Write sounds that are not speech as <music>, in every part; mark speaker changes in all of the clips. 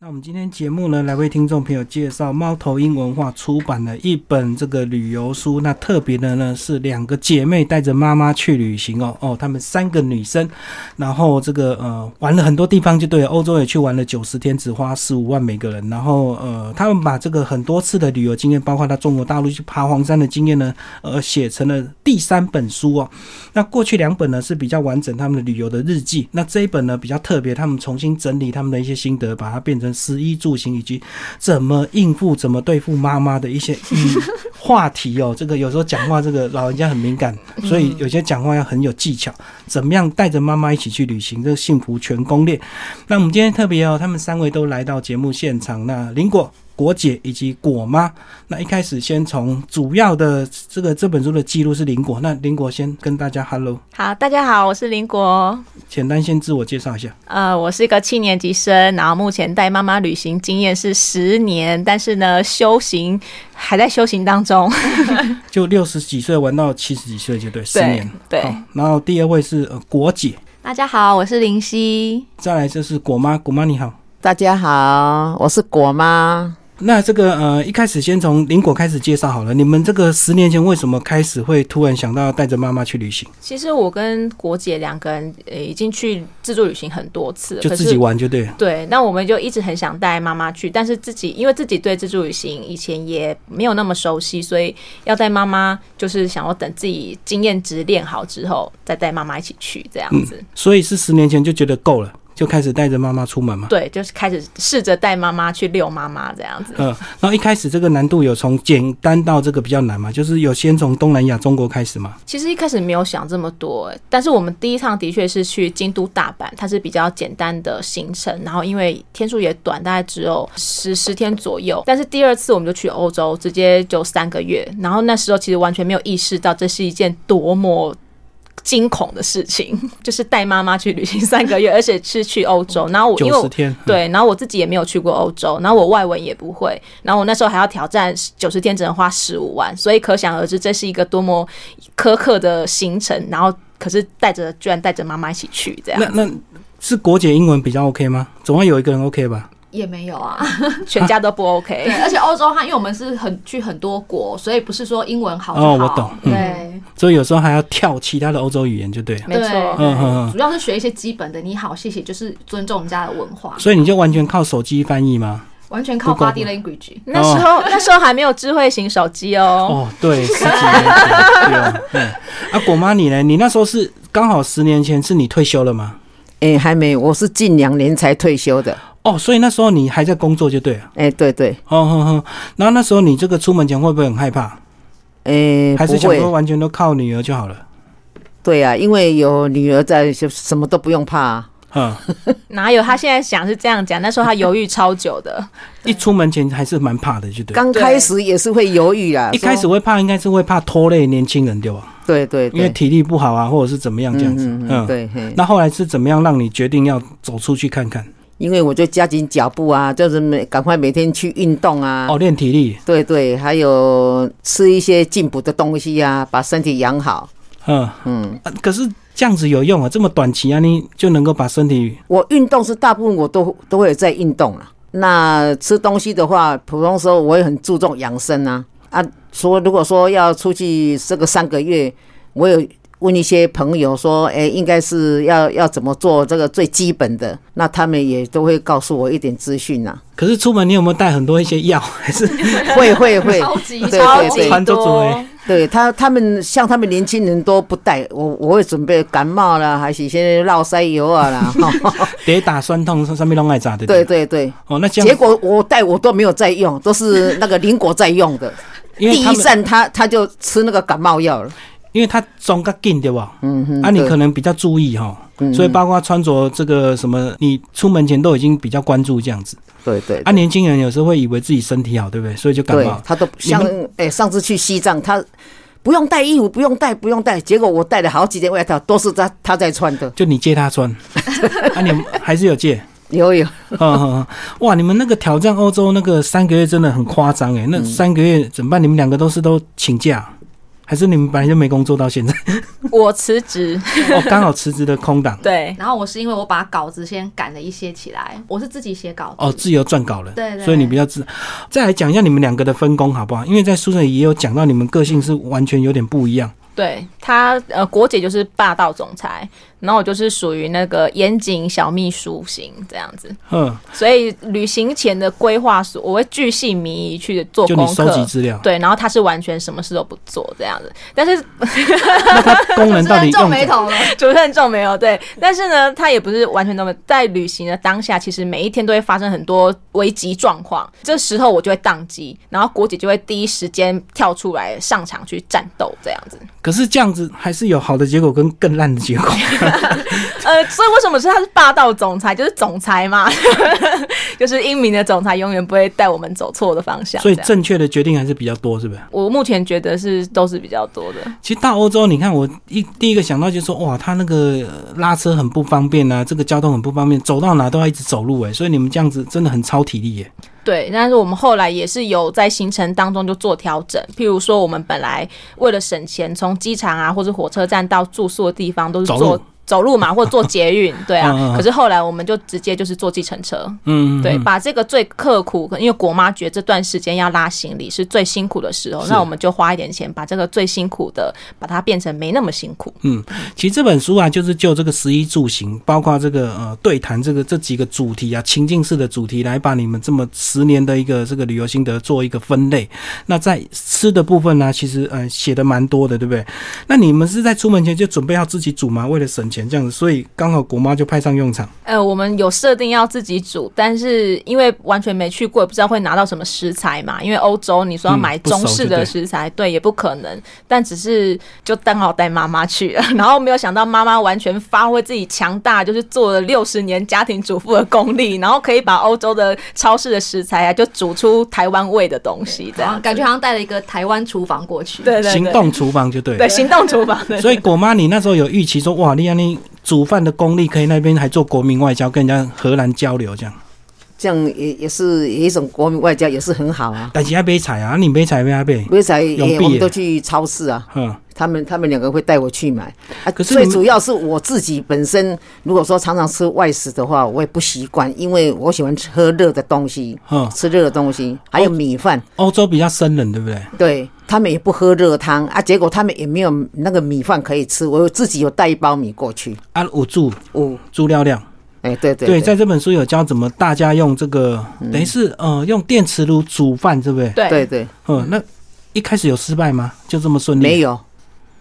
Speaker 1: 那我们今天节目呢，来为听众朋友介绍猫头鹰文化出版的一本这个旅游书。那特别的呢是两个姐妹带着妈妈去旅行哦哦，她们三个女生，然后这个呃玩了很多地方就对了，欧洲也去玩了九十天，只花十五万每个人。然后呃，他们把这个很多次的旅游经验，包括到中国大陆去爬黄山的经验呢，呃，写成了第三本书哦。那过去两本呢是比较完整他们的旅游的日记，那这一本呢比较特别，他们重新整理他们的一些心得，把它变成食衣住行以及怎么应付、怎么对付妈妈的一些、嗯、话题哦。这个有时候讲话，这个老人家很敏感，所以有些讲话要很有技巧，怎么样带着妈妈一起去旅行，这个幸福全攻略。那我们今天特别哦，他们三位都来到节目现场，那林果。果姐以及果妈，那一开始先从主要的这个这本书的记录是林果，那林果先跟大家 hello，
Speaker 2: 好，大家好，我是林国。
Speaker 1: 简单先自我介绍一下。
Speaker 2: 呃，我是一个七年级生，然后目前带妈妈旅行经验是十年，但是呢，修行还在修行当中。
Speaker 1: 就六十几岁玩到七十几岁，就对，十
Speaker 2: 对
Speaker 1: 年。
Speaker 2: 对
Speaker 1: 好，然后第二位是、呃、果姐，
Speaker 2: 大家好，我是林夕。
Speaker 1: 再来就是果妈，果妈你好。
Speaker 3: 大家好，我是果妈。
Speaker 1: 那这个呃，一开始先从林果开始介绍好了。你们这个十年前为什么开始会突然想到要带着妈妈去旅行，
Speaker 2: 其实我跟国姐两个人呃已经去自助旅行很多次了，
Speaker 1: 就
Speaker 2: 可
Speaker 1: 自
Speaker 2: 是
Speaker 1: 己玩就对了。
Speaker 2: 对，那我们就一直很想带妈妈去，但是自己因为自己对自助旅行以前也没有那么熟悉，所以要带妈妈就是想要等自己经验值练好之后，再带妈妈一起去这样子。
Speaker 1: 所以是十年前就觉得够了，就开始带着妈妈出门 <laughs> 嘛。
Speaker 2: 对，就是开始试着带妈妈去遛妈妈这样子。
Speaker 1: 嗯、然后一开始这个难度有从简单到这个比较难嘛，就是有先从东南亚中国开始嘛。
Speaker 2: 其实一开始没有想这么多、欸但是我们第一趟的确是去京都、大阪，它是比较简单的行程，然后因为天数也短，大概只有十十天左右。但是第二次我们就去欧洲，直接就三个月，然后那时候其实完全没有意识到这是一件多么。惊恐的事情 <laughs> 就是带妈妈去旅行三个月，而且是去欧洲。然后我因为
Speaker 1: 九
Speaker 2: 我
Speaker 1: 十天，
Speaker 2: 对，然后我自己也没有去过欧洲，然后我外文也不会，然后我那时候还要挑战九十天只能花十五万，所以可想而知这是一个多么苛刻的行程。然后可是带着居然带着妈妈一起去，这样
Speaker 1: 那那是国姐英文比较 OK 吗？总要有一个人 OK 吧？
Speaker 4: 也没有啊，
Speaker 2: 嗯全家
Speaker 3: <laughs>
Speaker 2: 都不
Speaker 4: 对
Speaker 2: OK。， <laughs>
Speaker 4: 而且欧洲它因为我们是很去很多国，所以不是说英文好就好，
Speaker 1: 哦我懂嗯
Speaker 4: 对，
Speaker 1: 所以有时候还要跳其他的欧洲语言就对了。
Speaker 2: 没错，
Speaker 1: 嗯嗯嗯
Speaker 4: 主要是学一些基本的，你好谢谢，就是尊重人家的文化，
Speaker 1: 所以你就完全靠手机翻译吗？
Speaker 4: 完全靠
Speaker 1: 不够
Speaker 4: body language。
Speaker 2: 那时候那时候还没有智慧型手机哦。
Speaker 1: 哦，对，十几年前，对哦， <laughs> 嗯，啊，果妈你呢？你那时候是刚好十年前是你退休了吗？
Speaker 3: 哎、还没，我是近两年才退休的。
Speaker 1: 哦，所以那时候你还在工作就对了，
Speaker 3: 哎、对对，
Speaker 1: 哦哼哼。然后那时候你这个出门前会不会很害怕？
Speaker 3: 哎、
Speaker 1: 还
Speaker 3: 不
Speaker 1: 是想说
Speaker 3: 会，
Speaker 1: 完全都靠女儿就好了？
Speaker 3: 对啊，因为有女儿在，就什么都不用怕、
Speaker 1: 嗯，
Speaker 2: 哪有他现在想是这样讲，那时候他犹豫超久的。
Speaker 1: 一出门前还是蛮怕的，就对了。
Speaker 3: 刚开始也是会犹豫啦，
Speaker 1: 一开始
Speaker 3: 说
Speaker 1: 会怕，应该是会怕拖累年轻人对吧？
Speaker 3: 对对
Speaker 1: 因为
Speaker 3: 对，
Speaker 1: 体力不好啊，或者是怎么样这样子。
Speaker 3: 嗯
Speaker 1: 嗯，
Speaker 3: 对，嘿
Speaker 1: 那后来是怎么样让你决定要走出去看看？
Speaker 3: 因为我就加紧脚步啊，就是每赶快每天去运动啊。
Speaker 1: 哦，练体力。
Speaker 3: 对对，还有吃一些进补的东西啊，把身体养好。
Speaker 1: 嗯嗯、啊可是这样子有用啊，这么短期啊，你就能够把身体
Speaker 3: 我运动是大部分我都都会有在运动啦。那吃东西的话，普通时候我也很注重养生啊啊。说如果说要出去这个三个月，我有问一些朋友说，哎、应该是要要怎么做这个最基本的，那他们也都会告诉我一点资讯
Speaker 1: <laughs>
Speaker 3: 呐。
Speaker 1: 可是出门你有没有带很多一些药？ <laughs> 还是
Speaker 3: 会会会，
Speaker 4: 超级
Speaker 3: <laughs> 对
Speaker 2: 超
Speaker 3: 对
Speaker 2: 级
Speaker 3: 对
Speaker 1: 传都准
Speaker 2: 多
Speaker 1: 备，
Speaker 3: 对他他们像他们年轻人都不带，我我会准备感冒啦，还是一些落腮油啊啦。哈
Speaker 1: 跌打酸痛上面弄爱咋的？
Speaker 3: 对对对。
Speaker 1: 哦，那这
Speaker 3: 结
Speaker 1: 样，
Speaker 3: 果我带我都没有在用，都是那个林果在用的。
Speaker 1: <laughs> 因为
Speaker 3: 第
Speaker 1: 他
Speaker 3: 一
Speaker 1: 们
Speaker 3: 站他他就吃那个感冒药了。
Speaker 1: 因为他装个劲对吧？
Speaker 3: 嗯哼，
Speaker 1: 啊，你
Speaker 3: 对嗯
Speaker 1: 可能比较注意哈，所以包括穿着这个什么，你出门前都已经比较关注这样子。
Speaker 3: 对对
Speaker 1: 啊，年轻人有时候会以为自己身体好，对不对？所以就感
Speaker 3: 对
Speaker 1: 冒，。
Speaker 3: 他都像
Speaker 1: 你
Speaker 3: 哎、上次去西藏他。不用带衣服，不用带，不用带。结果我带了好几件外套，都是他他在穿的。
Speaker 1: 就你借他
Speaker 4: <laughs>
Speaker 1: 穿，啊，你还是有借。 <laughs>
Speaker 3: 有有，
Speaker 1: 呵呵呵哇，你们那个挑战欧洲那个三个月真的很夸张哎，
Speaker 4: 嗯 <laughs>
Speaker 1: 那三个月怎么办？你们两个都是都请假，还是你们本来就没工作到现在？
Speaker 2: 我辞职，
Speaker 1: 哦，刚好辞职的空档，
Speaker 2: 对，
Speaker 4: 然后我是因为我把稿子先赶了一些起来，我是自己写稿子
Speaker 1: 哦，自由撰稿人，
Speaker 4: 对对
Speaker 1: 所以你比较自。再来讲一下你们两个的分工好不好？因为在书上也有讲到你们个性是完全有点不一样。
Speaker 2: 对他，呃，国姐就是霸道总裁，然后我就是属于那个严谨小秘书型这样子，
Speaker 1: 嗯，
Speaker 2: 所以旅行前的规划是我会巨细靡遗去做
Speaker 1: 就
Speaker 2: 功
Speaker 1: 你
Speaker 2: 课，
Speaker 1: 收集资料，
Speaker 2: 对，然后他是完全什么事都不做这样子，但是
Speaker 1: 那它功能
Speaker 4: <laughs>
Speaker 1: 到底
Speaker 4: 皱
Speaker 1: 用在？
Speaker 4: 眉头了，
Speaker 2: <laughs> 主任重没有对，但是呢，他也不是完全那么在旅行的当下，其实每一天都会发生很多危急状况，这时候我就会宕机，然后国姐就会第一时间跳出来上场去战斗这样子。
Speaker 1: <laughs> 可是这样子还是有好的结果跟更烂的结果。
Speaker 2: 呃，所以为什么说他是霸道总裁，就是总裁嘛， <laughs> 就是英明的总裁，永远不会带我们走错的方向。
Speaker 1: 所以
Speaker 2: 这样
Speaker 1: 正确的决定还是比较多，是不是？
Speaker 2: 我目前觉得是都是比较多的，
Speaker 1: 其实到欧洲，你看我一第一个想到就是说，哇，他那个呃拉车很不方便啊，这个交通很不方便，走到哪都要一直走路哎、所以你们这样子真的很超体力欸耶、
Speaker 2: 对，但是我们后来也是有在行程当中就做调整，譬如说我们本来为了省钱，从机场啊或者火车站到住宿的地方都是
Speaker 1: 走路
Speaker 2: 坐走路嘛，或者坐捷运，对 <laughs>
Speaker 1: 嗯嗯嗯。
Speaker 2: 啊可是后来我们就直接就是坐计程车，
Speaker 1: 嗯，
Speaker 2: 对，把这个最刻苦，因为国妈觉得这段时间要拉行李是最辛苦的时候，
Speaker 1: 是
Speaker 2: 那我们就花一点钱把这个最辛苦的把它变成没那么辛苦。
Speaker 1: 其实这本书啊，就是就这个十一住行，包括这个呃对谈这个这几个主题啊，情境式的主题，来把你们这么十年的一个这个旅游心得做一个分类。那在吃的部分呢、其实呃写的蛮多的，对不对？那你们是在出门前就准备要自己煮吗？为了省钱这样子，所以刚好国妈就派上用场。
Speaker 2: 呃，我们有设定要自己煮，但是因为完全没去过，也不知道会拿到什么食材嘛。因为欧洲你说要
Speaker 1: 嗯
Speaker 2: 买
Speaker 1: 不熟
Speaker 2: 中式
Speaker 1: 就对
Speaker 2: 的食材，对，也不可能。但只是就刚好带妈妈去 <laughs> 了，然后没有想到妈妈完全发挥自己强大，就是做了六十年家庭主妇的功力，然后可以把欧洲的超市的食材啊，就煮出台湾味的东西，这
Speaker 4: 然后
Speaker 2: 样。
Speaker 4: 感觉好像带了一个台湾厨房过
Speaker 2: <laughs>
Speaker 4: 去。，
Speaker 2: 对对对，
Speaker 1: 行动厨房就对了。
Speaker 2: 对行动厨房，对
Speaker 1: 所以果妈，你那时候有预期说，哇，利亚你煮饭的功力可以那边还做国民外交，跟人家荷兰交流这样。
Speaker 3: 这样也也是也一种国民外交，也是很好啊。
Speaker 1: 但是还被踩啊，你被踩被阿被，
Speaker 3: 为啥
Speaker 1: 永碧
Speaker 3: 也哎我们
Speaker 1: 耶
Speaker 3: 都去超市啊？
Speaker 1: 哼，
Speaker 3: 他们他们两个会带我去买啊。
Speaker 1: 可是
Speaker 3: 最
Speaker 1: 你们
Speaker 3: 主要是我自己本身，如果说常常吃外食的话，我也不习惯，因为我喜欢吃喝热的东西，
Speaker 1: 嗯
Speaker 3: 吃热的东西，还有米饭。
Speaker 1: 欧洲比较生冷，对不对？
Speaker 3: 对他们也不喝热汤啊，结果他们也没有那个米饭可以吃，我自己有带一包米过去。
Speaker 1: 啊，我住
Speaker 3: 哦，
Speaker 1: 猪料料，
Speaker 3: 哎，对对
Speaker 1: 在这本书有教怎么大家用这个，等于是呃用电磁炉煮饭，对不对？
Speaker 2: 对
Speaker 3: 对对，
Speaker 1: 嗯，那一开始有失败吗？就这么顺利？
Speaker 3: 没有，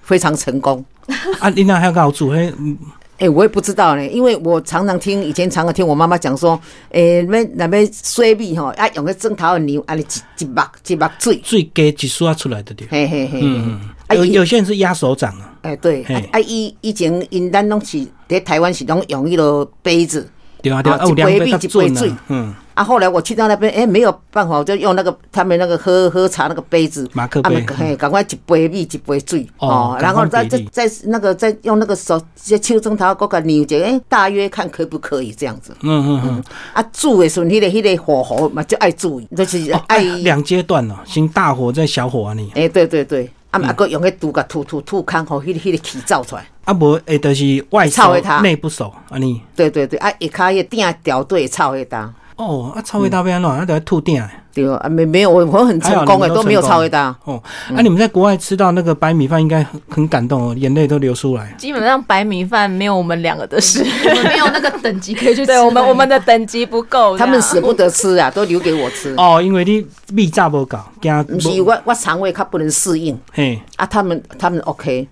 Speaker 3: 非常成功。
Speaker 1: <laughs> 啊，琳娜还要搞煮，嘿，嗯
Speaker 3: 哎、我也不知道呢，因为我常常听以前常常听我妈妈讲说，哎、那边那边水米吼，啊用个正头的牛，啊你一一目一目水，
Speaker 1: 最给几刷出来的对。
Speaker 3: 嘿嘿嘿。
Speaker 1: 嗯，
Speaker 3: 啊
Speaker 1: 有
Speaker 3: 伊
Speaker 1: 有些人是压手掌啊，
Speaker 3: 哎、对，啊
Speaker 1: 嘿
Speaker 3: 啊以以前因咱拢是在台湾是拢用迄个杯子，
Speaker 1: 对啊对啊，
Speaker 3: 啊
Speaker 1: 哦，
Speaker 3: 一
Speaker 1: 两
Speaker 3: 杯
Speaker 1: 杯
Speaker 3: 米
Speaker 1: 到
Speaker 3: 一杯
Speaker 1: 准
Speaker 3: 水
Speaker 1: 了，嗯，
Speaker 3: 啊后来我去到那边，哎、没有办法，我就用那个他们那个喝喝茶那个杯子，
Speaker 1: 马克
Speaker 3: 啊
Speaker 1: 杯
Speaker 3: 不嘿，赶快一杯米一杯水，
Speaker 1: 哦
Speaker 3: 然后
Speaker 1: 赶快
Speaker 3: 再
Speaker 1: 比
Speaker 3: 再
Speaker 1: 例
Speaker 3: 再那个再用那个手这手指头搁甲扭一下，哎、大约看可不可以这样子。
Speaker 1: 嗯嗯嗯。
Speaker 3: 啊，煮的时阵，迄、个迄、那个火候嘛，就爱注意，就是
Speaker 1: 哦
Speaker 3: 爱。
Speaker 1: 两阶段哦，先大火再小火啊你，
Speaker 3: 诶、对对对，
Speaker 1: 嗯
Speaker 3: 啊嘛，啊，搁用迄毒甲吐吐吐空，吼，迄、个迄、那个气走出来。
Speaker 1: 啊无诶，就是外
Speaker 3: 炒
Speaker 1: 熟
Speaker 3: 的它
Speaker 1: 内不熟啊你。
Speaker 3: 对对对，啊，下骹迄鼎掉对臭迄搭，
Speaker 1: 哦，啊炒味大变乱，啊得吐定。
Speaker 3: 对啊，没没有，我我很成功诶，都没有臭迄嗯搭。
Speaker 1: 哦，啊，你们在国外吃到那个白米饭，应该很很感动哦，眼泪都流出来。
Speaker 2: 基本上白米饭没有我们两个的事。
Speaker 4: 我们没有那个等级可以去
Speaker 2: <laughs>
Speaker 4: 吃。
Speaker 2: 对我们我们的等级不够，
Speaker 3: 他们
Speaker 2: 这样
Speaker 3: 舍不得吃啊，都留给我吃。
Speaker 1: 哦，因为你米炸无搞，惊
Speaker 3: 不是我我肠胃较不能适应
Speaker 1: 嘿，
Speaker 3: 啊，他们他们 OK，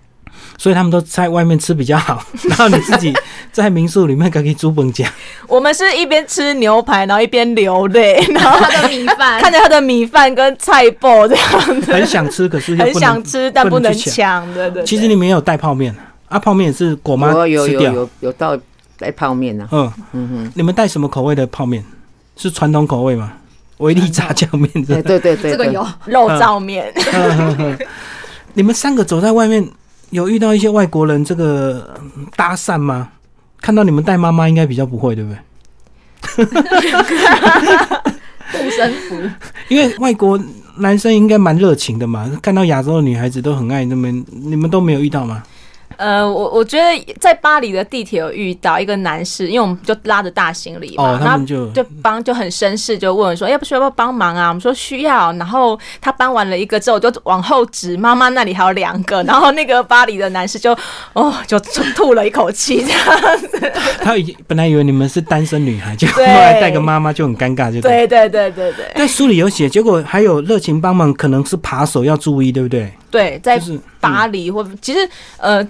Speaker 1: 所以他们都在外面吃比较
Speaker 3: <laughs>
Speaker 1: 好，然后你自己在民宿里面可以煮本家。
Speaker 2: 我们是一边吃牛排，然后一边流泪， <laughs> 然后
Speaker 4: 他的米饭，
Speaker 2: 看着他的米饭跟菜包这样子，
Speaker 1: 很
Speaker 2: <laughs>
Speaker 1: 想吃，可是又不能
Speaker 2: 很想吃，但不能
Speaker 1: 去抢。
Speaker 2: 抢，对对。对
Speaker 1: 其实你们也有带泡面啊，泡面也是果妈
Speaker 3: 我有
Speaker 1: 吃
Speaker 3: 有
Speaker 1: 掉。
Speaker 3: 有有到来泡面
Speaker 1: <laughs>
Speaker 3: 啊，
Speaker 1: 嗯嗯你们带什么口味的泡面？是传统口味吗？维力炸酱面这种
Speaker 3: 哎、对对对
Speaker 4: 这个
Speaker 1: <laughs>
Speaker 3: 对
Speaker 4: 有，
Speaker 2: 肉燥面，
Speaker 1: 你们三个走在外面，有遇到一些外国人这个嗯搭讪吗？看到你们带妈妈，应该比较不会，对不对？
Speaker 4: 护身符，
Speaker 1: 因为外国男生应该蛮热情的嘛，看到亚洲的女孩子都很爱那么，你们都没有遇到吗？
Speaker 2: 呃，我我觉得在巴黎的地铁有遇到一个男士，因为我们就拉着大行李嘛，
Speaker 1: 哦，
Speaker 2: 然
Speaker 1: 他
Speaker 2: 后
Speaker 1: 们就
Speaker 2: 就帮就很绅士，就问我说要不需要不要帮忙啊？我们说需要。然后他搬完了一个之后，我就往后指，妈妈那里还有两个。然后那个巴黎的男士就哦就吐吐了一口气，这样子。
Speaker 1: 他已经本来以为你们是单身女孩，结果后
Speaker 2: 对
Speaker 1: 来带个妈妈就很尴尬，就对。
Speaker 2: 对对对对
Speaker 1: <laughs>
Speaker 2: 对
Speaker 1: 但书里有写，结果还有热情帮忙，可能是扒手要注意，对不对？
Speaker 2: 对，在
Speaker 1: 就是嗯
Speaker 2: 巴黎或其实呃，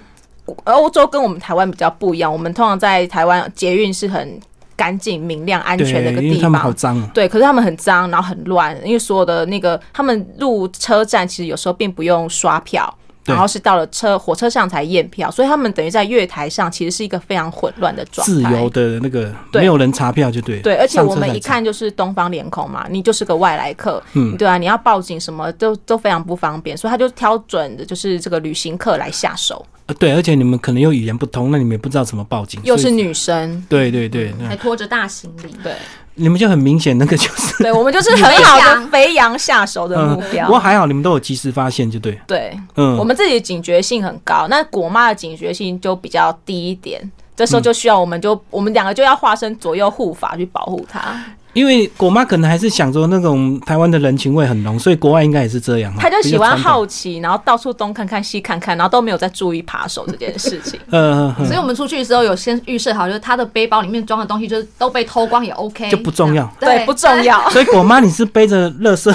Speaker 2: 欧洲跟我们台湾比较不一样，我们通常在台湾捷运是很干净、明亮、安
Speaker 1: 对，
Speaker 2: 全的一个
Speaker 1: 因为
Speaker 2: 地
Speaker 1: 他们好
Speaker 2: 方。
Speaker 1: 脏哦。
Speaker 2: 对，可是他们很脏，然后很乱，因为所有的那个他们入车站其实有时候并不用刷票，
Speaker 1: 对
Speaker 2: 然后是到了车火车上才验票，所以他们等于在月台上其实是一个非常混乱的状态。
Speaker 1: 自由的那个，
Speaker 2: 对
Speaker 1: 没有人查票就对了。
Speaker 2: 对，而且
Speaker 1: 上车
Speaker 2: 我们
Speaker 1: 才
Speaker 2: 一
Speaker 1: 查
Speaker 2: 看就是东方脸孔嘛，你就是个外来客，
Speaker 1: 嗯
Speaker 2: 对啊，你要报警什么都都非常不方便，所以他就挑准的就是这个旅行客来下手，
Speaker 1: 呃对，而且你们可能又语言不通，那你们也不知道怎么报警。
Speaker 2: 又是
Speaker 1: 所以，
Speaker 2: 女嗯生，
Speaker 1: 对对对，那
Speaker 4: 还拖着大行李，
Speaker 2: 对
Speaker 1: 你们就很明显，那个就是， <laughs> 嗯
Speaker 2: 对，我们就是很好的肥羊下手的目标
Speaker 1: 不，过还好你们都有及时发现，就对，
Speaker 2: 对，
Speaker 1: 嗯，
Speaker 2: 我们自己的警觉性很高，那果妈的警觉性就比较低一点。这
Speaker 1: 嗯
Speaker 2: 时候就需要我们就、我们两个就要化身左右护法去保护她。
Speaker 1: 因为果妈可能还是想着那种台湾的人情味很浓，所以国外应该也是这样哦。
Speaker 2: 她就喜
Speaker 1: 比
Speaker 2: 欢
Speaker 1: 较传统
Speaker 2: 好奇，然后到处东看看西看看，然后都没有在注意扒手这件事
Speaker 1: <laughs>
Speaker 2: 情。
Speaker 1: 呃，
Speaker 4: 所以
Speaker 1: 嗯
Speaker 4: 我们出去的时候有先预设好，就是他的背包里面装的东西就是都被偷光也 OK，
Speaker 1: 就不重要
Speaker 4: 这样
Speaker 2: 对，不重
Speaker 1: <laughs>
Speaker 2: 要。
Speaker 1: 所以果妈你是背着乐
Speaker 2: <laughs>
Speaker 1: 色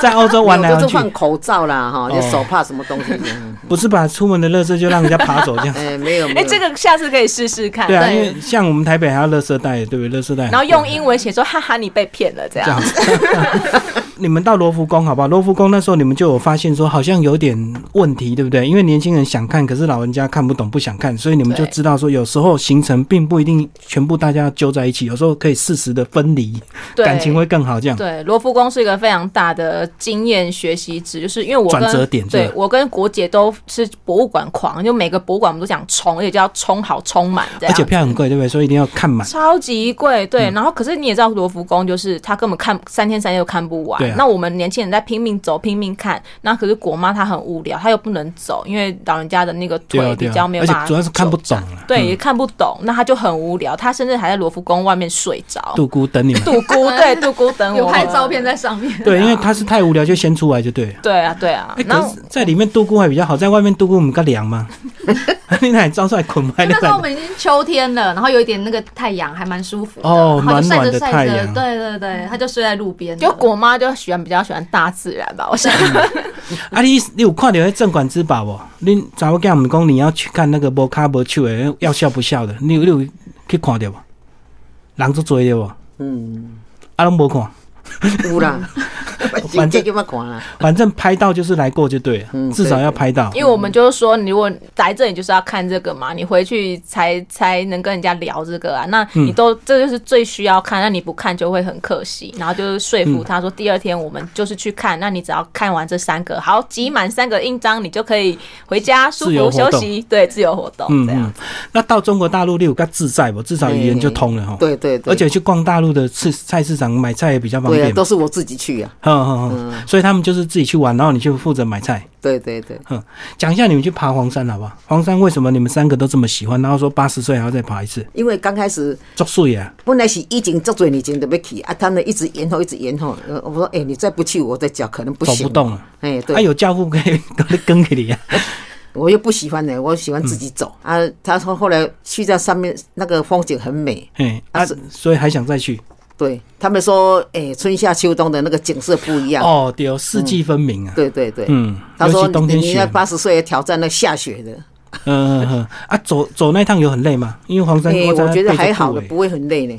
Speaker 1: 在澳洲玩来
Speaker 3: 有
Speaker 1: 玩
Speaker 3: 就
Speaker 1: 去
Speaker 3: 是，放口罩啦，哈，就
Speaker 1: 哦
Speaker 3: 手帕什么东西的。
Speaker 1: 不是把出门的乐色就让人家爬走这样。
Speaker 3: <laughs> 哎，没有没
Speaker 2: <laughs> 哎、
Speaker 3: 有
Speaker 2: 这。个下次可以试试看。
Speaker 1: 对啊，
Speaker 4: 对
Speaker 1: 因为像我们台北还要乐色袋，对不对？乐色袋，
Speaker 2: 然后用啊英文写说：“哈哈，你被骗了。”这
Speaker 1: 这
Speaker 2: 样
Speaker 1: 样。 <laughs> 你们到罗浮宫好不好？罗浮宫那时候你们就有发现说好像有点问题，对不对？因为年轻人想看，可是老人家看不懂，不想看，所以你们就
Speaker 2: 对
Speaker 1: 知道说有时候行程并不一定全部大家要揪在一起，有时候可以适时的分离，
Speaker 2: 对，
Speaker 1: 感情会更好。这样
Speaker 2: 对。罗浮宫是一个非常大的经验学习值，就是因为我跟
Speaker 1: 转折点
Speaker 2: 对
Speaker 1: 对
Speaker 2: 我跟国姐都是博物馆狂，就每个博物馆我们都想冲，而且就要冲好、冲满这
Speaker 1: 而
Speaker 2: 样。
Speaker 1: 且嗯票很贵，对不对？所以一定要看满。
Speaker 2: 超级贵，对，然后可是你也知道罗浮宫就是他根本看三天三夜都看不完，
Speaker 1: 对啊
Speaker 2: 那我们年轻人在拼命走拼命看，那可是国妈她很无聊，她又不能走，因为老人家的那个
Speaker 1: 对啊
Speaker 2: 腿比较没有
Speaker 1: 对
Speaker 2: 办
Speaker 1: 啊
Speaker 2: 法、
Speaker 1: 而且主要是看不懂啊
Speaker 2: 对，
Speaker 1: 嗯
Speaker 2: 也看不懂，那她就很无聊，她甚至还在罗浮宫外面睡着，
Speaker 1: 杜姑等你们，
Speaker 2: 杜姑对杜姑等我
Speaker 4: 有
Speaker 2: 们
Speaker 4: 拍照片，在上面，
Speaker 1: 对，因为他是太无聊就先出来就对了。
Speaker 2: 对啊对啊
Speaker 1: 哎、，
Speaker 2: 然
Speaker 1: 可
Speaker 2: 后
Speaker 1: 是在里面杜姑还比较好，在外面杜姑我们个凉嘛，你哪里招出来捆
Speaker 4: 因
Speaker 1: 麦
Speaker 4: 为那时候我
Speaker 1: 的？
Speaker 4: 们已经秋天了，然后有一点那个太阳，还蛮舒服的。
Speaker 1: 哦
Speaker 4: 然后
Speaker 1: 暖
Speaker 4: 就晒
Speaker 1: 暖的
Speaker 4: 着晒
Speaker 1: 太
Speaker 4: 着
Speaker 1: 阳，
Speaker 4: 对对对，他就睡在路边了。
Speaker 2: 就国妈就喜欢比较喜欢大自然吧，我想。
Speaker 1: 啊你，你有看到那镇馆之宝不？你查某囝毋讲你要去看那个无卡无手的，要笑不笑的？你有你有去看到无？人足多的无？
Speaker 3: 嗯，
Speaker 1: 啊，拢无看，
Speaker 3: 有啦，
Speaker 1: <laughs> 反
Speaker 3: 反
Speaker 1: 正
Speaker 3: 正就要看啦。
Speaker 1: 反正拍到就是来过就对了，
Speaker 3: 嗯
Speaker 1: 至少要拍到。
Speaker 2: <laughs> 因为我们就是说，你如果来这里就是要看这个嘛，你回去才才能跟人家聊这个啊。那
Speaker 1: 嗯
Speaker 2: 你都、这就是最需要看，那你不看就会很可惜。然后就是说服他说，第二天我们就是去看，那你只要看完这三个，好集满三个印章，你就可以回家舒
Speaker 1: 自由
Speaker 2: 服
Speaker 1: 活
Speaker 2: 休
Speaker 1: 动
Speaker 2: 息，对，自由活动、
Speaker 1: 嗯
Speaker 2: 这样
Speaker 1: 嗯。，那到中国大陆你有较自在不？至少语言就通了哈。
Speaker 3: 对对对，
Speaker 1: 哦而且去逛大陆的市菜市场买菜也比较方
Speaker 3: 对啊，
Speaker 1: 便嘛。
Speaker 3: 都是我自己去啊。
Speaker 1: 嗯嗯嗯，所以他们就是自己去玩，然后你就负责买菜。
Speaker 3: 对对对，
Speaker 1: 讲一下你们去爬黄山好不好？黄山为什么你们三个都这么喜欢？然后说八十岁还要再爬一次，
Speaker 3: 因为刚开始
Speaker 1: 作数也
Speaker 3: 本来是疫情这多年前都要去啊，他们一直延后，一直延后。呃我说，哎、你再不去，我再脚可能不
Speaker 1: 走
Speaker 3: 行。
Speaker 1: 不。动了。
Speaker 3: 哎、
Speaker 1: 他、啊、
Speaker 3: 对，
Speaker 1: 有教父可以给跟给
Speaker 3: <laughs>
Speaker 1: 你啊。
Speaker 3: 我又不喜欢呢、我喜欢自己走、
Speaker 1: 嗯
Speaker 3: 啊。他说后来去在上面那个风景很美，
Speaker 1: 嘿，啊
Speaker 3: 啊是，
Speaker 1: 所以还想再去。
Speaker 3: 对他们说，哎、春夏秋冬的那个景色不一样。
Speaker 1: 哦，对哦，四季分明啊。
Speaker 3: 对对对，
Speaker 1: 嗯，
Speaker 3: 他
Speaker 1: 尤
Speaker 3: 说
Speaker 1: 其冬
Speaker 3: 你
Speaker 1: 天
Speaker 3: 你
Speaker 1: 雪
Speaker 3: 要。八十岁挑战那下雪的，
Speaker 1: <laughs> 嗯嗯嗯。啊，走走那一趟有很累吗？因为黄山，
Speaker 3: 哎、
Speaker 1: 黄山
Speaker 3: 我觉得
Speaker 1: 背着
Speaker 3: 还好
Speaker 1: 顾
Speaker 3: 的，
Speaker 1: 伟
Speaker 3: 不会很累呢。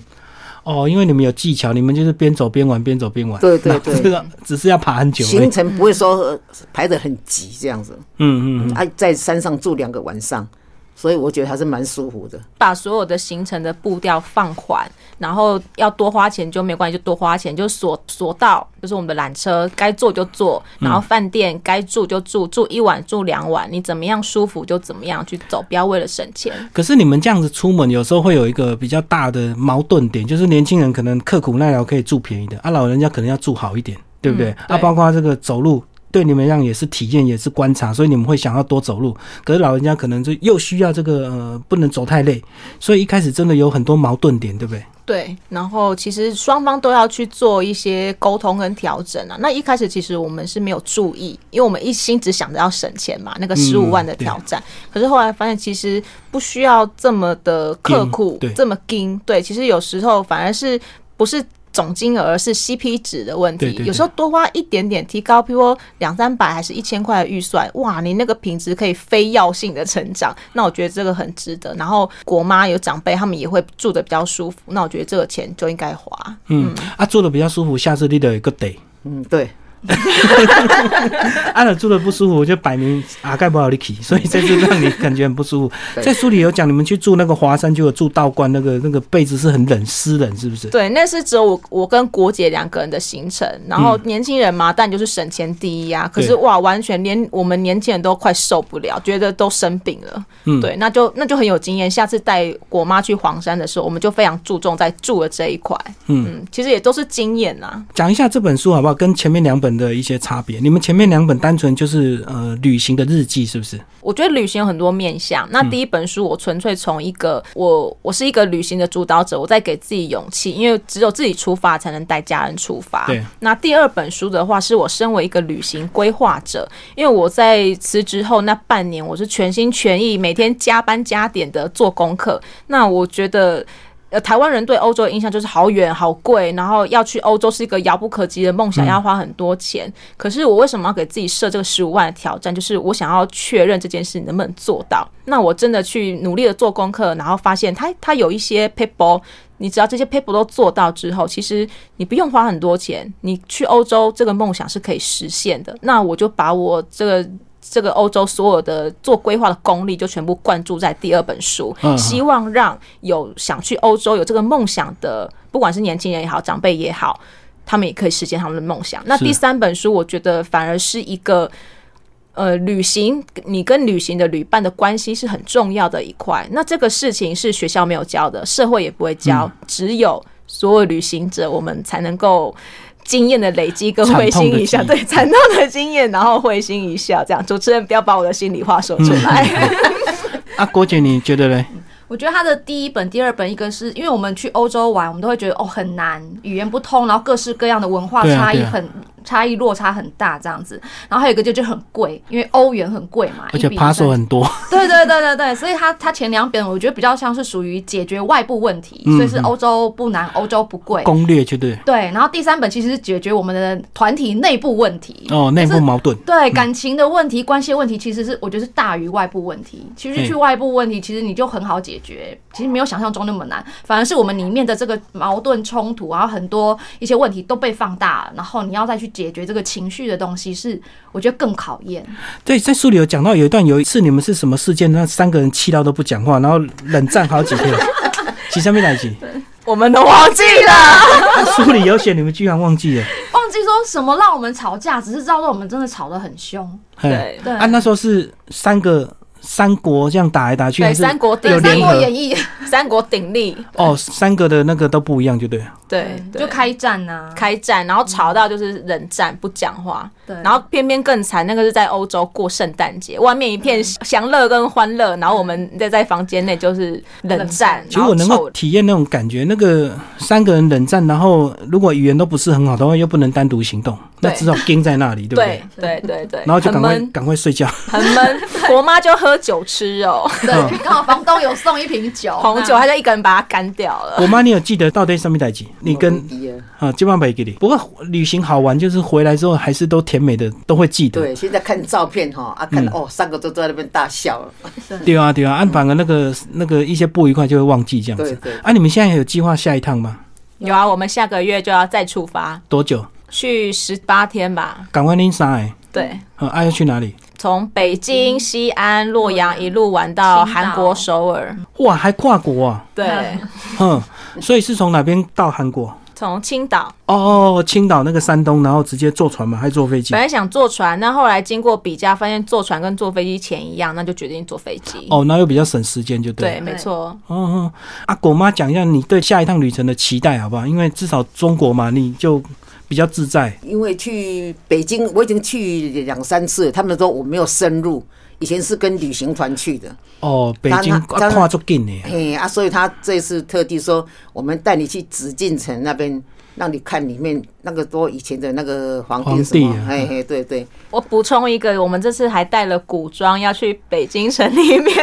Speaker 1: 哦，因为你们有技巧，你们就是边走边玩，边走边玩。
Speaker 3: 对对
Speaker 1: <laughs> 那
Speaker 3: 对
Speaker 1: 这个只是要爬很久而已。
Speaker 3: 行程不会说呃排得很急这样子，
Speaker 1: 嗯嗯嗯。
Speaker 3: 啊，在山上住两个晚上，所以我觉得还是蛮舒服的。
Speaker 2: 把所有的行程的步调放缓，然后要多花钱就没关系，就多花钱，就所所到就是我们的缆车该坐就坐，然后饭店该住就住，住一晚住两晚，你怎么样舒服就怎么样去走，不要为了省钱。
Speaker 1: 可是你们这样子出门，有时候会有一个比较大的矛盾点，就是年轻人可能刻苦耐劳可以住便宜的，啊，老人家可能要住好一点，对不对？
Speaker 2: 对
Speaker 1: 啊，包括这个走路。对你们来讲也是体验，也是观察，所以你们会想要多走路。可是老人家可能就又需要这个呃，不能走太累，所以一开始真的有很多矛盾点，对不对？
Speaker 2: 对，然后其实双方都要去做一些沟通跟调整啊。那一开始其实我们是没有注意，因为我们一心只想着要省钱嘛，那个十五万的挑战。可是后来发现，其实不需要这么的刻苦
Speaker 1: 盯对，
Speaker 2: 这么盯。嗯对，其实有时候反而是不是。总金额而是 CP 值的问题，
Speaker 1: 对对对
Speaker 2: 有时候多花一点点，提高，譬如说两三百还是一千块的预算，哇，你那个品质可以非药性的成长，那我觉得这个很值得。然后国妈有长辈，他们也会住的比较舒服，那我觉得这个钱就应该花。
Speaker 1: 嗯，啊，做的比较舒服，下次你得有一个得。
Speaker 3: 嗯，对，
Speaker 1: 啊，做的不舒服，就摆明啊盖不好你起，所以这次让你感觉很不舒服。
Speaker 3: 对
Speaker 1: 在书里有讲，你们去住那个华山，就有住道观，那个那个被子是很冷，湿冷，是不是？
Speaker 2: <laughs> 对，那是只有我我跟国姐两个人的行程，然后年轻人嘛，但就是省钱第一啊。可是
Speaker 1: 嗯对
Speaker 2: 哇，完全连我们年轻人都快受不了，觉得都生病了。
Speaker 1: 嗯
Speaker 2: 对，那就那就很有经验。下次带国妈去黄山的时候，我们就非常注重在住的这一块。
Speaker 1: 嗯
Speaker 2: 嗯，其实也都是经验啊啦。
Speaker 1: 讲一下这本书好不好？跟前面两本的一些差别。你们前面两本单纯就是呃旅行的日记，是不是？
Speaker 2: 我觉得旅行有很多面向。
Speaker 1: 嗯
Speaker 2: 那第一本书，我纯粹从一个、我我是一个旅行的主导者，我在给自己勇气，因为只有自己出发，才能带家人出发。
Speaker 1: 对。
Speaker 2: 那第二本书的话，是我身为一个旅行规划者，因为我在辞职后那半年，我是全心全意，每天加班加点的做功课。那我觉得。呃，台湾人对欧洲的印象就是好远、好贵，然后要去欧洲是一个遥不可及的梦想，要花很多钱。可是我为什么要给自己设这个十五万的挑战？就是我想要确认这件事能不能做到。那我真的去努力的做功课，然后发现它它有一些 people，你只要这些 people 都做到之后，其实你不用花很多钱，你去欧洲这个梦想是可以实现的。那我就把我这个。这个欧洲所有的做规划的功力就全部灌注在第二本书，
Speaker 1: 嗯
Speaker 2: 希望让有想去欧洲有这个梦想的，不管是年轻人也好，长辈也好，他们也可以实现他们的梦想。那
Speaker 1: 是
Speaker 2: 第三本书，我觉得反而是一个。呃，旅行，你跟旅行的旅伴的关系是很重要的一块。那这个事情是学校没有教的，社会也不会教，只有所有旅行者我们才能够经验的累积跟
Speaker 1: 惨
Speaker 2: 会
Speaker 1: 痛
Speaker 2: 心
Speaker 1: 的
Speaker 2: 一笑，
Speaker 1: 记忆
Speaker 2: 对惨痛的经验，然后会心一笑。这样，主持人不要把我的心里话说出来。 <laughs>
Speaker 1: 啊，郭姐，你觉得嘞？
Speaker 4: 我觉得他的第一本、第二本，一个是因为我们去欧洲玩，我们都会觉得哦很难，语言不通，然后各式各样的文化
Speaker 1: 对啊
Speaker 4: 差异
Speaker 1: 对啊
Speaker 4: 很、差异落差很大这样子。然后还有一个就就很贵，因为欧元很贵嘛，
Speaker 1: 而且
Speaker 4: 一比一
Speaker 1: 扒手
Speaker 4: 算
Speaker 1: 很多，
Speaker 4: <laughs> 对对对对对，所以他他前两本我觉得比较像是属于解决外部问题，
Speaker 1: 嗯
Speaker 4: 所以是
Speaker 1: 嗯
Speaker 4: 欧洲不难，欧洲不贵。
Speaker 1: 攻略就对。
Speaker 4: 对，然后第三本其实是解决我们的团体内部问题。
Speaker 1: 哦，内部矛盾。
Speaker 4: 对感情的问题、关系的问题，其实是我觉得是大于外部问题。其实去
Speaker 1: 嗯
Speaker 4: 外部问题，其实你就很好解决，其实没有想象中那么难。反而是我们里面的这个矛盾冲突，然后很多一些问题都被放大，然后你要再去解决这个情绪的东西是，我觉得更考验。
Speaker 1: 对，在书里有讲到有一段，有一次你们是什么事件，那三个人气到都不讲话，然后冷战好几天。其实没来及，
Speaker 2: 我们都忘记了，
Speaker 1: 啊书里有写，你们居然忘记了。
Speaker 4: 忘记说什么让我们吵架，只是知道说我们真的吵得很凶。
Speaker 1: 嘿
Speaker 2: 对。
Speaker 4: 对
Speaker 1: 啊，那时候是三个三国这样打来打去，
Speaker 2: 对，
Speaker 1: 还是
Speaker 2: 三国鼎
Speaker 1: 有
Speaker 4: 对，《三
Speaker 1: 联
Speaker 2: 立，
Speaker 4: 国
Speaker 1: 合
Speaker 4: 演义》
Speaker 2: 三国鼎立，
Speaker 1: 哦，三个的那个都不一样，就对了。
Speaker 2: 对，对
Speaker 4: 就开战呐、啊，
Speaker 2: 开战，然后吵到就是冷战不讲话，
Speaker 4: 对
Speaker 2: 然后偏偏更惨，那个是在欧洲过圣诞节，外面一片享乐跟欢乐，然后我们在在房间内就是冷战
Speaker 4: 冷战，
Speaker 1: 其实我能
Speaker 2: 然后
Speaker 1: 够
Speaker 2: 臭
Speaker 1: 体验那种感觉，那个三个人冷战，然后如果语言都不是很好的话，又不能单独行动，那
Speaker 2: 对
Speaker 1: 只好盯在那里，对不对
Speaker 2: 对？对对对，
Speaker 1: 然后就赶
Speaker 2: 很
Speaker 1: 快
Speaker 2: 闷
Speaker 1: 赶快睡觉。 <laughs>
Speaker 2: 很闷， <laughs> 国妈就喝酒吃肉，
Speaker 4: 对，刚好房东有送一瓶酒，
Speaker 2: <laughs> 红酒，她就一个人把它干掉了。
Speaker 1: 我妈，你有记得到底上面代
Speaker 2: 嗯
Speaker 1: 几？你跟
Speaker 3: 我一样
Speaker 1: 啊，基本上没给你。不过旅行好玩，就是回来之后还是都甜美的，都会记得。
Speaker 3: 对，现在看照片哈，啊
Speaker 1: 嗯
Speaker 3: 看哦，三个都在那边大笑了，
Speaker 1: 对啊，对啊，按反而那个那个一些不愉快就会忘记这样子
Speaker 3: 对对。
Speaker 1: 啊，你们现在有计划下一趟吗？
Speaker 2: 有啊，我们下个月就要再出发，
Speaker 1: 多久？
Speaker 2: 去十八天吧。
Speaker 1: 赶快拎上来。
Speaker 2: 对，
Speaker 1: 啊，啊要去哪里？
Speaker 2: 从北京、西安、洛阳一路玩到韩国首尔。
Speaker 1: 哇，还跨国啊！
Speaker 2: 对，
Speaker 1: 哼，所以是从哪边到韩国？
Speaker 2: 从青岛
Speaker 1: 哦，青岛那个山东，然后直接坐船嘛，还坐飞机
Speaker 2: 本？来想坐船，那后来经过比价，发现坐船跟坐飞机钱一样，那就决定坐飞机。
Speaker 1: 哦，那又比较省时间，就对了。
Speaker 2: 对，没错。
Speaker 1: 哦哦，啊，果妈讲一下你对下一趟旅程的期待好不好？因为至少中国嘛，你就比较自在。
Speaker 3: 因为去北京，我已经去两三次，他们说我没有深入。以前是跟旅行团去的，
Speaker 1: 哦，北
Speaker 3: 当
Speaker 1: 京
Speaker 3: 然当
Speaker 1: 跨
Speaker 3: 然
Speaker 1: 跨足近
Speaker 3: <laughs>
Speaker 1: 呢，
Speaker 3: 嘿啊，所以他这次特地说，我们带你去紫禁城那边，让你看里面那个多以前的那个皇帝什么
Speaker 1: 皇帝，啊
Speaker 3: 嘿嘿，对对，
Speaker 2: 我补充一个，我们这次还带了古装要去北京城里面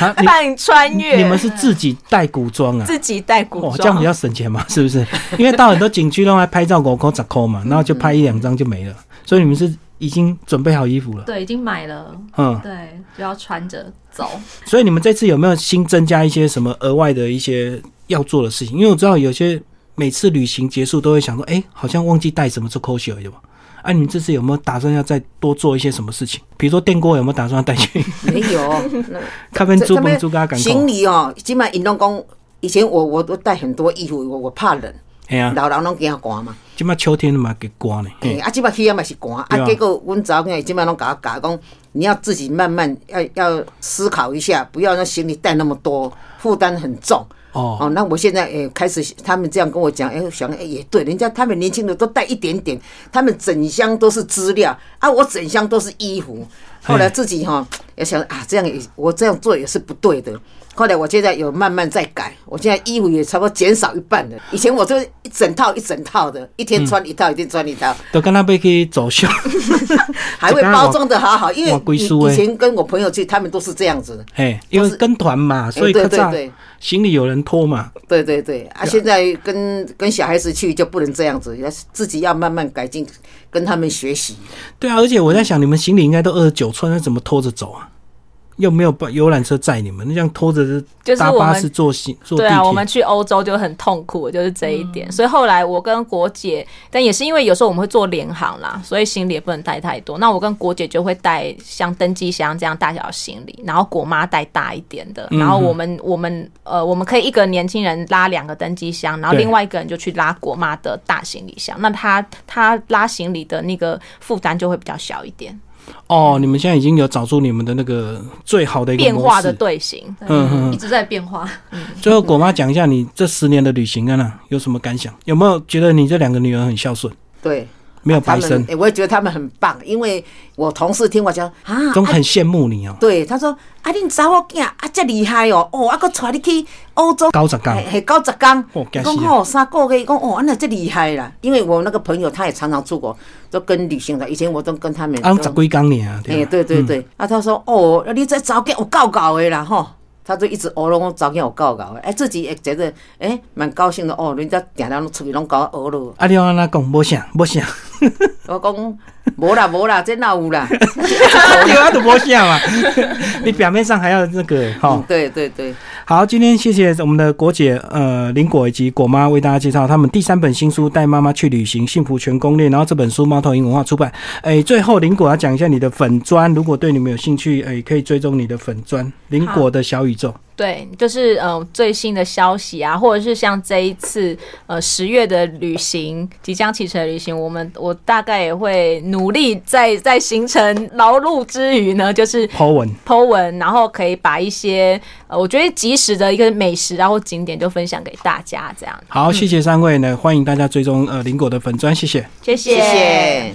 Speaker 1: 啊，你
Speaker 2: 扮穿越，
Speaker 1: 你们是自己带古装啊？
Speaker 2: 自己带古
Speaker 1: 哦，这样
Speaker 2: 装
Speaker 1: 比，较省钱嘛， <laughs> 是不是？因为到很多景区都还拍照五扣十扣
Speaker 3: 嗯
Speaker 1: 嘛，然后就拍一两张就没了，所以你们是已经准备好衣服了，
Speaker 4: 对，已经买了，
Speaker 1: 嗯，
Speaker 4: 对，就要穿着走。
Speaker 1: 所以你们这次有没有新增加一些什么额外的一些要做的事情？因为我知道有些每次旅行结束都会想说，哎、好像忘记带什么做口水了吧？啊，你们这次有没有打算要再多做一些什么事情？比如说电锅有没有打算要带去？
Speaker 3: 没
Speaker 1: <laughs>
Speaker 3: 有，那
Speaker 1: 咖啡
Speaker 3: 这
Speaker 1: 猪
Speaker 3: 这
Speaker 1: 本
Speaker 3: 边
Speaker 1: 猪给他赶
Speaker 3: 行
Speaker 1: 工，
Speaker 3: 李哦，基本上运动工，以前我我都带很多衣服，我我怕冷，
Speaker 1: 哎呀，
Speaker 3: 老人拢惊寒嘛，
Speaker 1: 今嘛秋天嘛给刮呢，
Speaker 3: 嘿，啊，即摆去啊嘛是寒，
Speaker 1: 对啊
Speaker 3: 啊，结果阮查某囝即摆拢甲我教讲，你要自己慢慢要要思考一下，不要让行李带那么多，负担很重。
Speaker 1: 哦，
Speaker 3: 哦，那我现在也开始，他们这样跟我讲，哎、想哎、也对，人家他们年轻的都带一点点，他们整箱都是资料啊，我整箱都是衣服。后来自己哈、也想啊，这样也我这样做也是不对的。后来我现在有慢慢在改，我现在衣服也差不多减少一半了。以前我就一整套一整套的，一天穿一套，一天穿一套，
Speaker 1: 都跟他被去走秀，
Speaker 3: 还会包装的好好。因
Speaker 1: 哇
Speaker 3: 为
Speaker 1: 归
Speaker 3: 以
Speaker 1: 宿欸
Speaker 3: 以前跟我朋友去，他们都是这样子的。
Speaker 1: 哎，因为跟团
Speaker 2: 哎
Speaker 1: 嘛，所以啊
Speaker 3: 对
Speaker 1: 咔
Speaker 3: 对
Speaker 1: 嚓
Speaker 3: 对
Speaker 1: 行李有人拖嘛，
Speaker 3: 对对对啊！现在跟跟小孩子去就不能这样子，要自己要慢慢改进，跟他们学习。
Speaker 1: 对啊，而且我在想，你们行李应该都二十九寸，那怎么拖着走啊？又没有把游览车载你们，那这样拖着
Speaker 2: 就是
Speaker 1: 搭
Speaker 2: 我
Speaker 1: 巴
Speaker 2: 们
Speaker 1: 士坐行坐地
Speaker 2: 对
Speaker 1: 铁，嗯
Speaker 2: 啊，我们去欧洲就很痛苦，就是这一点。所以后来我跟国姐，但也是因为有时候我们会做联航啦，所以行李也不能带太多。那我跟国姐就会带像登机箱这样大小的行李，然后果妈带大一点的。
Speaker 1: 嗯
Speaker 2: 然后我们、我们呃，我们可以一个年轻人拉两个登机箱，然后
Speaker 1: 对
Speaker 2: 另外一个人就去拉果妈的大行李箱。那他他拉行李的那个负担就会比较小一点，
Speaker 1: 哦，你们现在已经有找出你们的那个最好的一个
Speaker 2: 变
Speaker 1: 模
Speaker 2: 化
Speaker 1: 式
Speaker 2: 的。队形。
Speaker 4: 对
Speaker 1: 嗯嗯
Speaker 4: 一直在变化。
Speaker 1: 最后，果妈讲一下你这十年的旅行啊，那有什么感想？有没有觉得你这两个女儿很孝顺，
Speaker 3: 对，
Speaker 1: 没有
Speaker 3: 他
Speaker 1: 白
Speaker 3: 们、
Speaker 2: 啊
Speaker 1: 生，
Speaker 3: 诶我也觉得他们很棒，因为我同事听我讲啊，
Speaker 1: 都
Speaker 3: 啊
Speaker 1: 很羡慕你哦、
Speaker 3: 对，他说啊，恁查某囝啊，这厉害哦，哦，啊，搁带你去欧洲，
Speaker 1: 高长刚
Speaker 2: 哎
Speaker 3: 嘿，九十天
Speaker 1: 啊哦，惊
Speaker 3: 伊
Speaker 1: 死
Speaker 3: 讲
Speaker 1: 人
Speaker 3: 吼三个月，伊讲哦，啊那这厉害啦，因为我那个朋友他也常常出国，都跟旅行的，以前我都跟他们
Speaker 1: 啊，
Speaker 3: 都
Speaker 1: 十几刚你啊，对
Speaker 3: 哎、
Speaker 1: 吧
Speaker 3: 对对对，啊，他说哦，你这早间有够搞的啦吼，他就一直学拢早间有够搞的，哎、自己也觉得哎蛮、高兴的哦，人家定定拢出去拢搞我学咯，
Speaker 1: 啊，你要安那讲，无啥无啥，
Speaker 3: 我讲无啦无啦，这哪有啦，
Speaker 1: <laughs> 对啊，都无啥嘛。你表面上还要那个哈、
Speaker 3: 嗯对对对，
Speaker 1: 好，今天谢谢我们的果姐、呃林果以及果妈为大家介绍他们第三本新书《带妈妈去旅行：幸福全攻略》，然后这本书猫头鹰文化出版。哎、最后林果要讲一下你的粉砖，如果对你们有兴趣，哎、可以追踪你的粉砖林果的小宇宙。
Speaker 2: 对，就是呃最新的消息啊，或者是像这一次呃十月的旅行，即将启程的旅行，我们我大概也会努力在在行程劳碌之余呢，就是。
Speaker 1: Po 文，
Speaker 2: Po 文，然后可以把一些呃，我觉得及时的一个美食啊或景点就分享给大家，这样
Speaker 1: 好，谢谢三位呢，欢迎大家追踪呃林果的粉砖，谢谢。
Speaker 2: 谢
Speaker 3: 谢谢。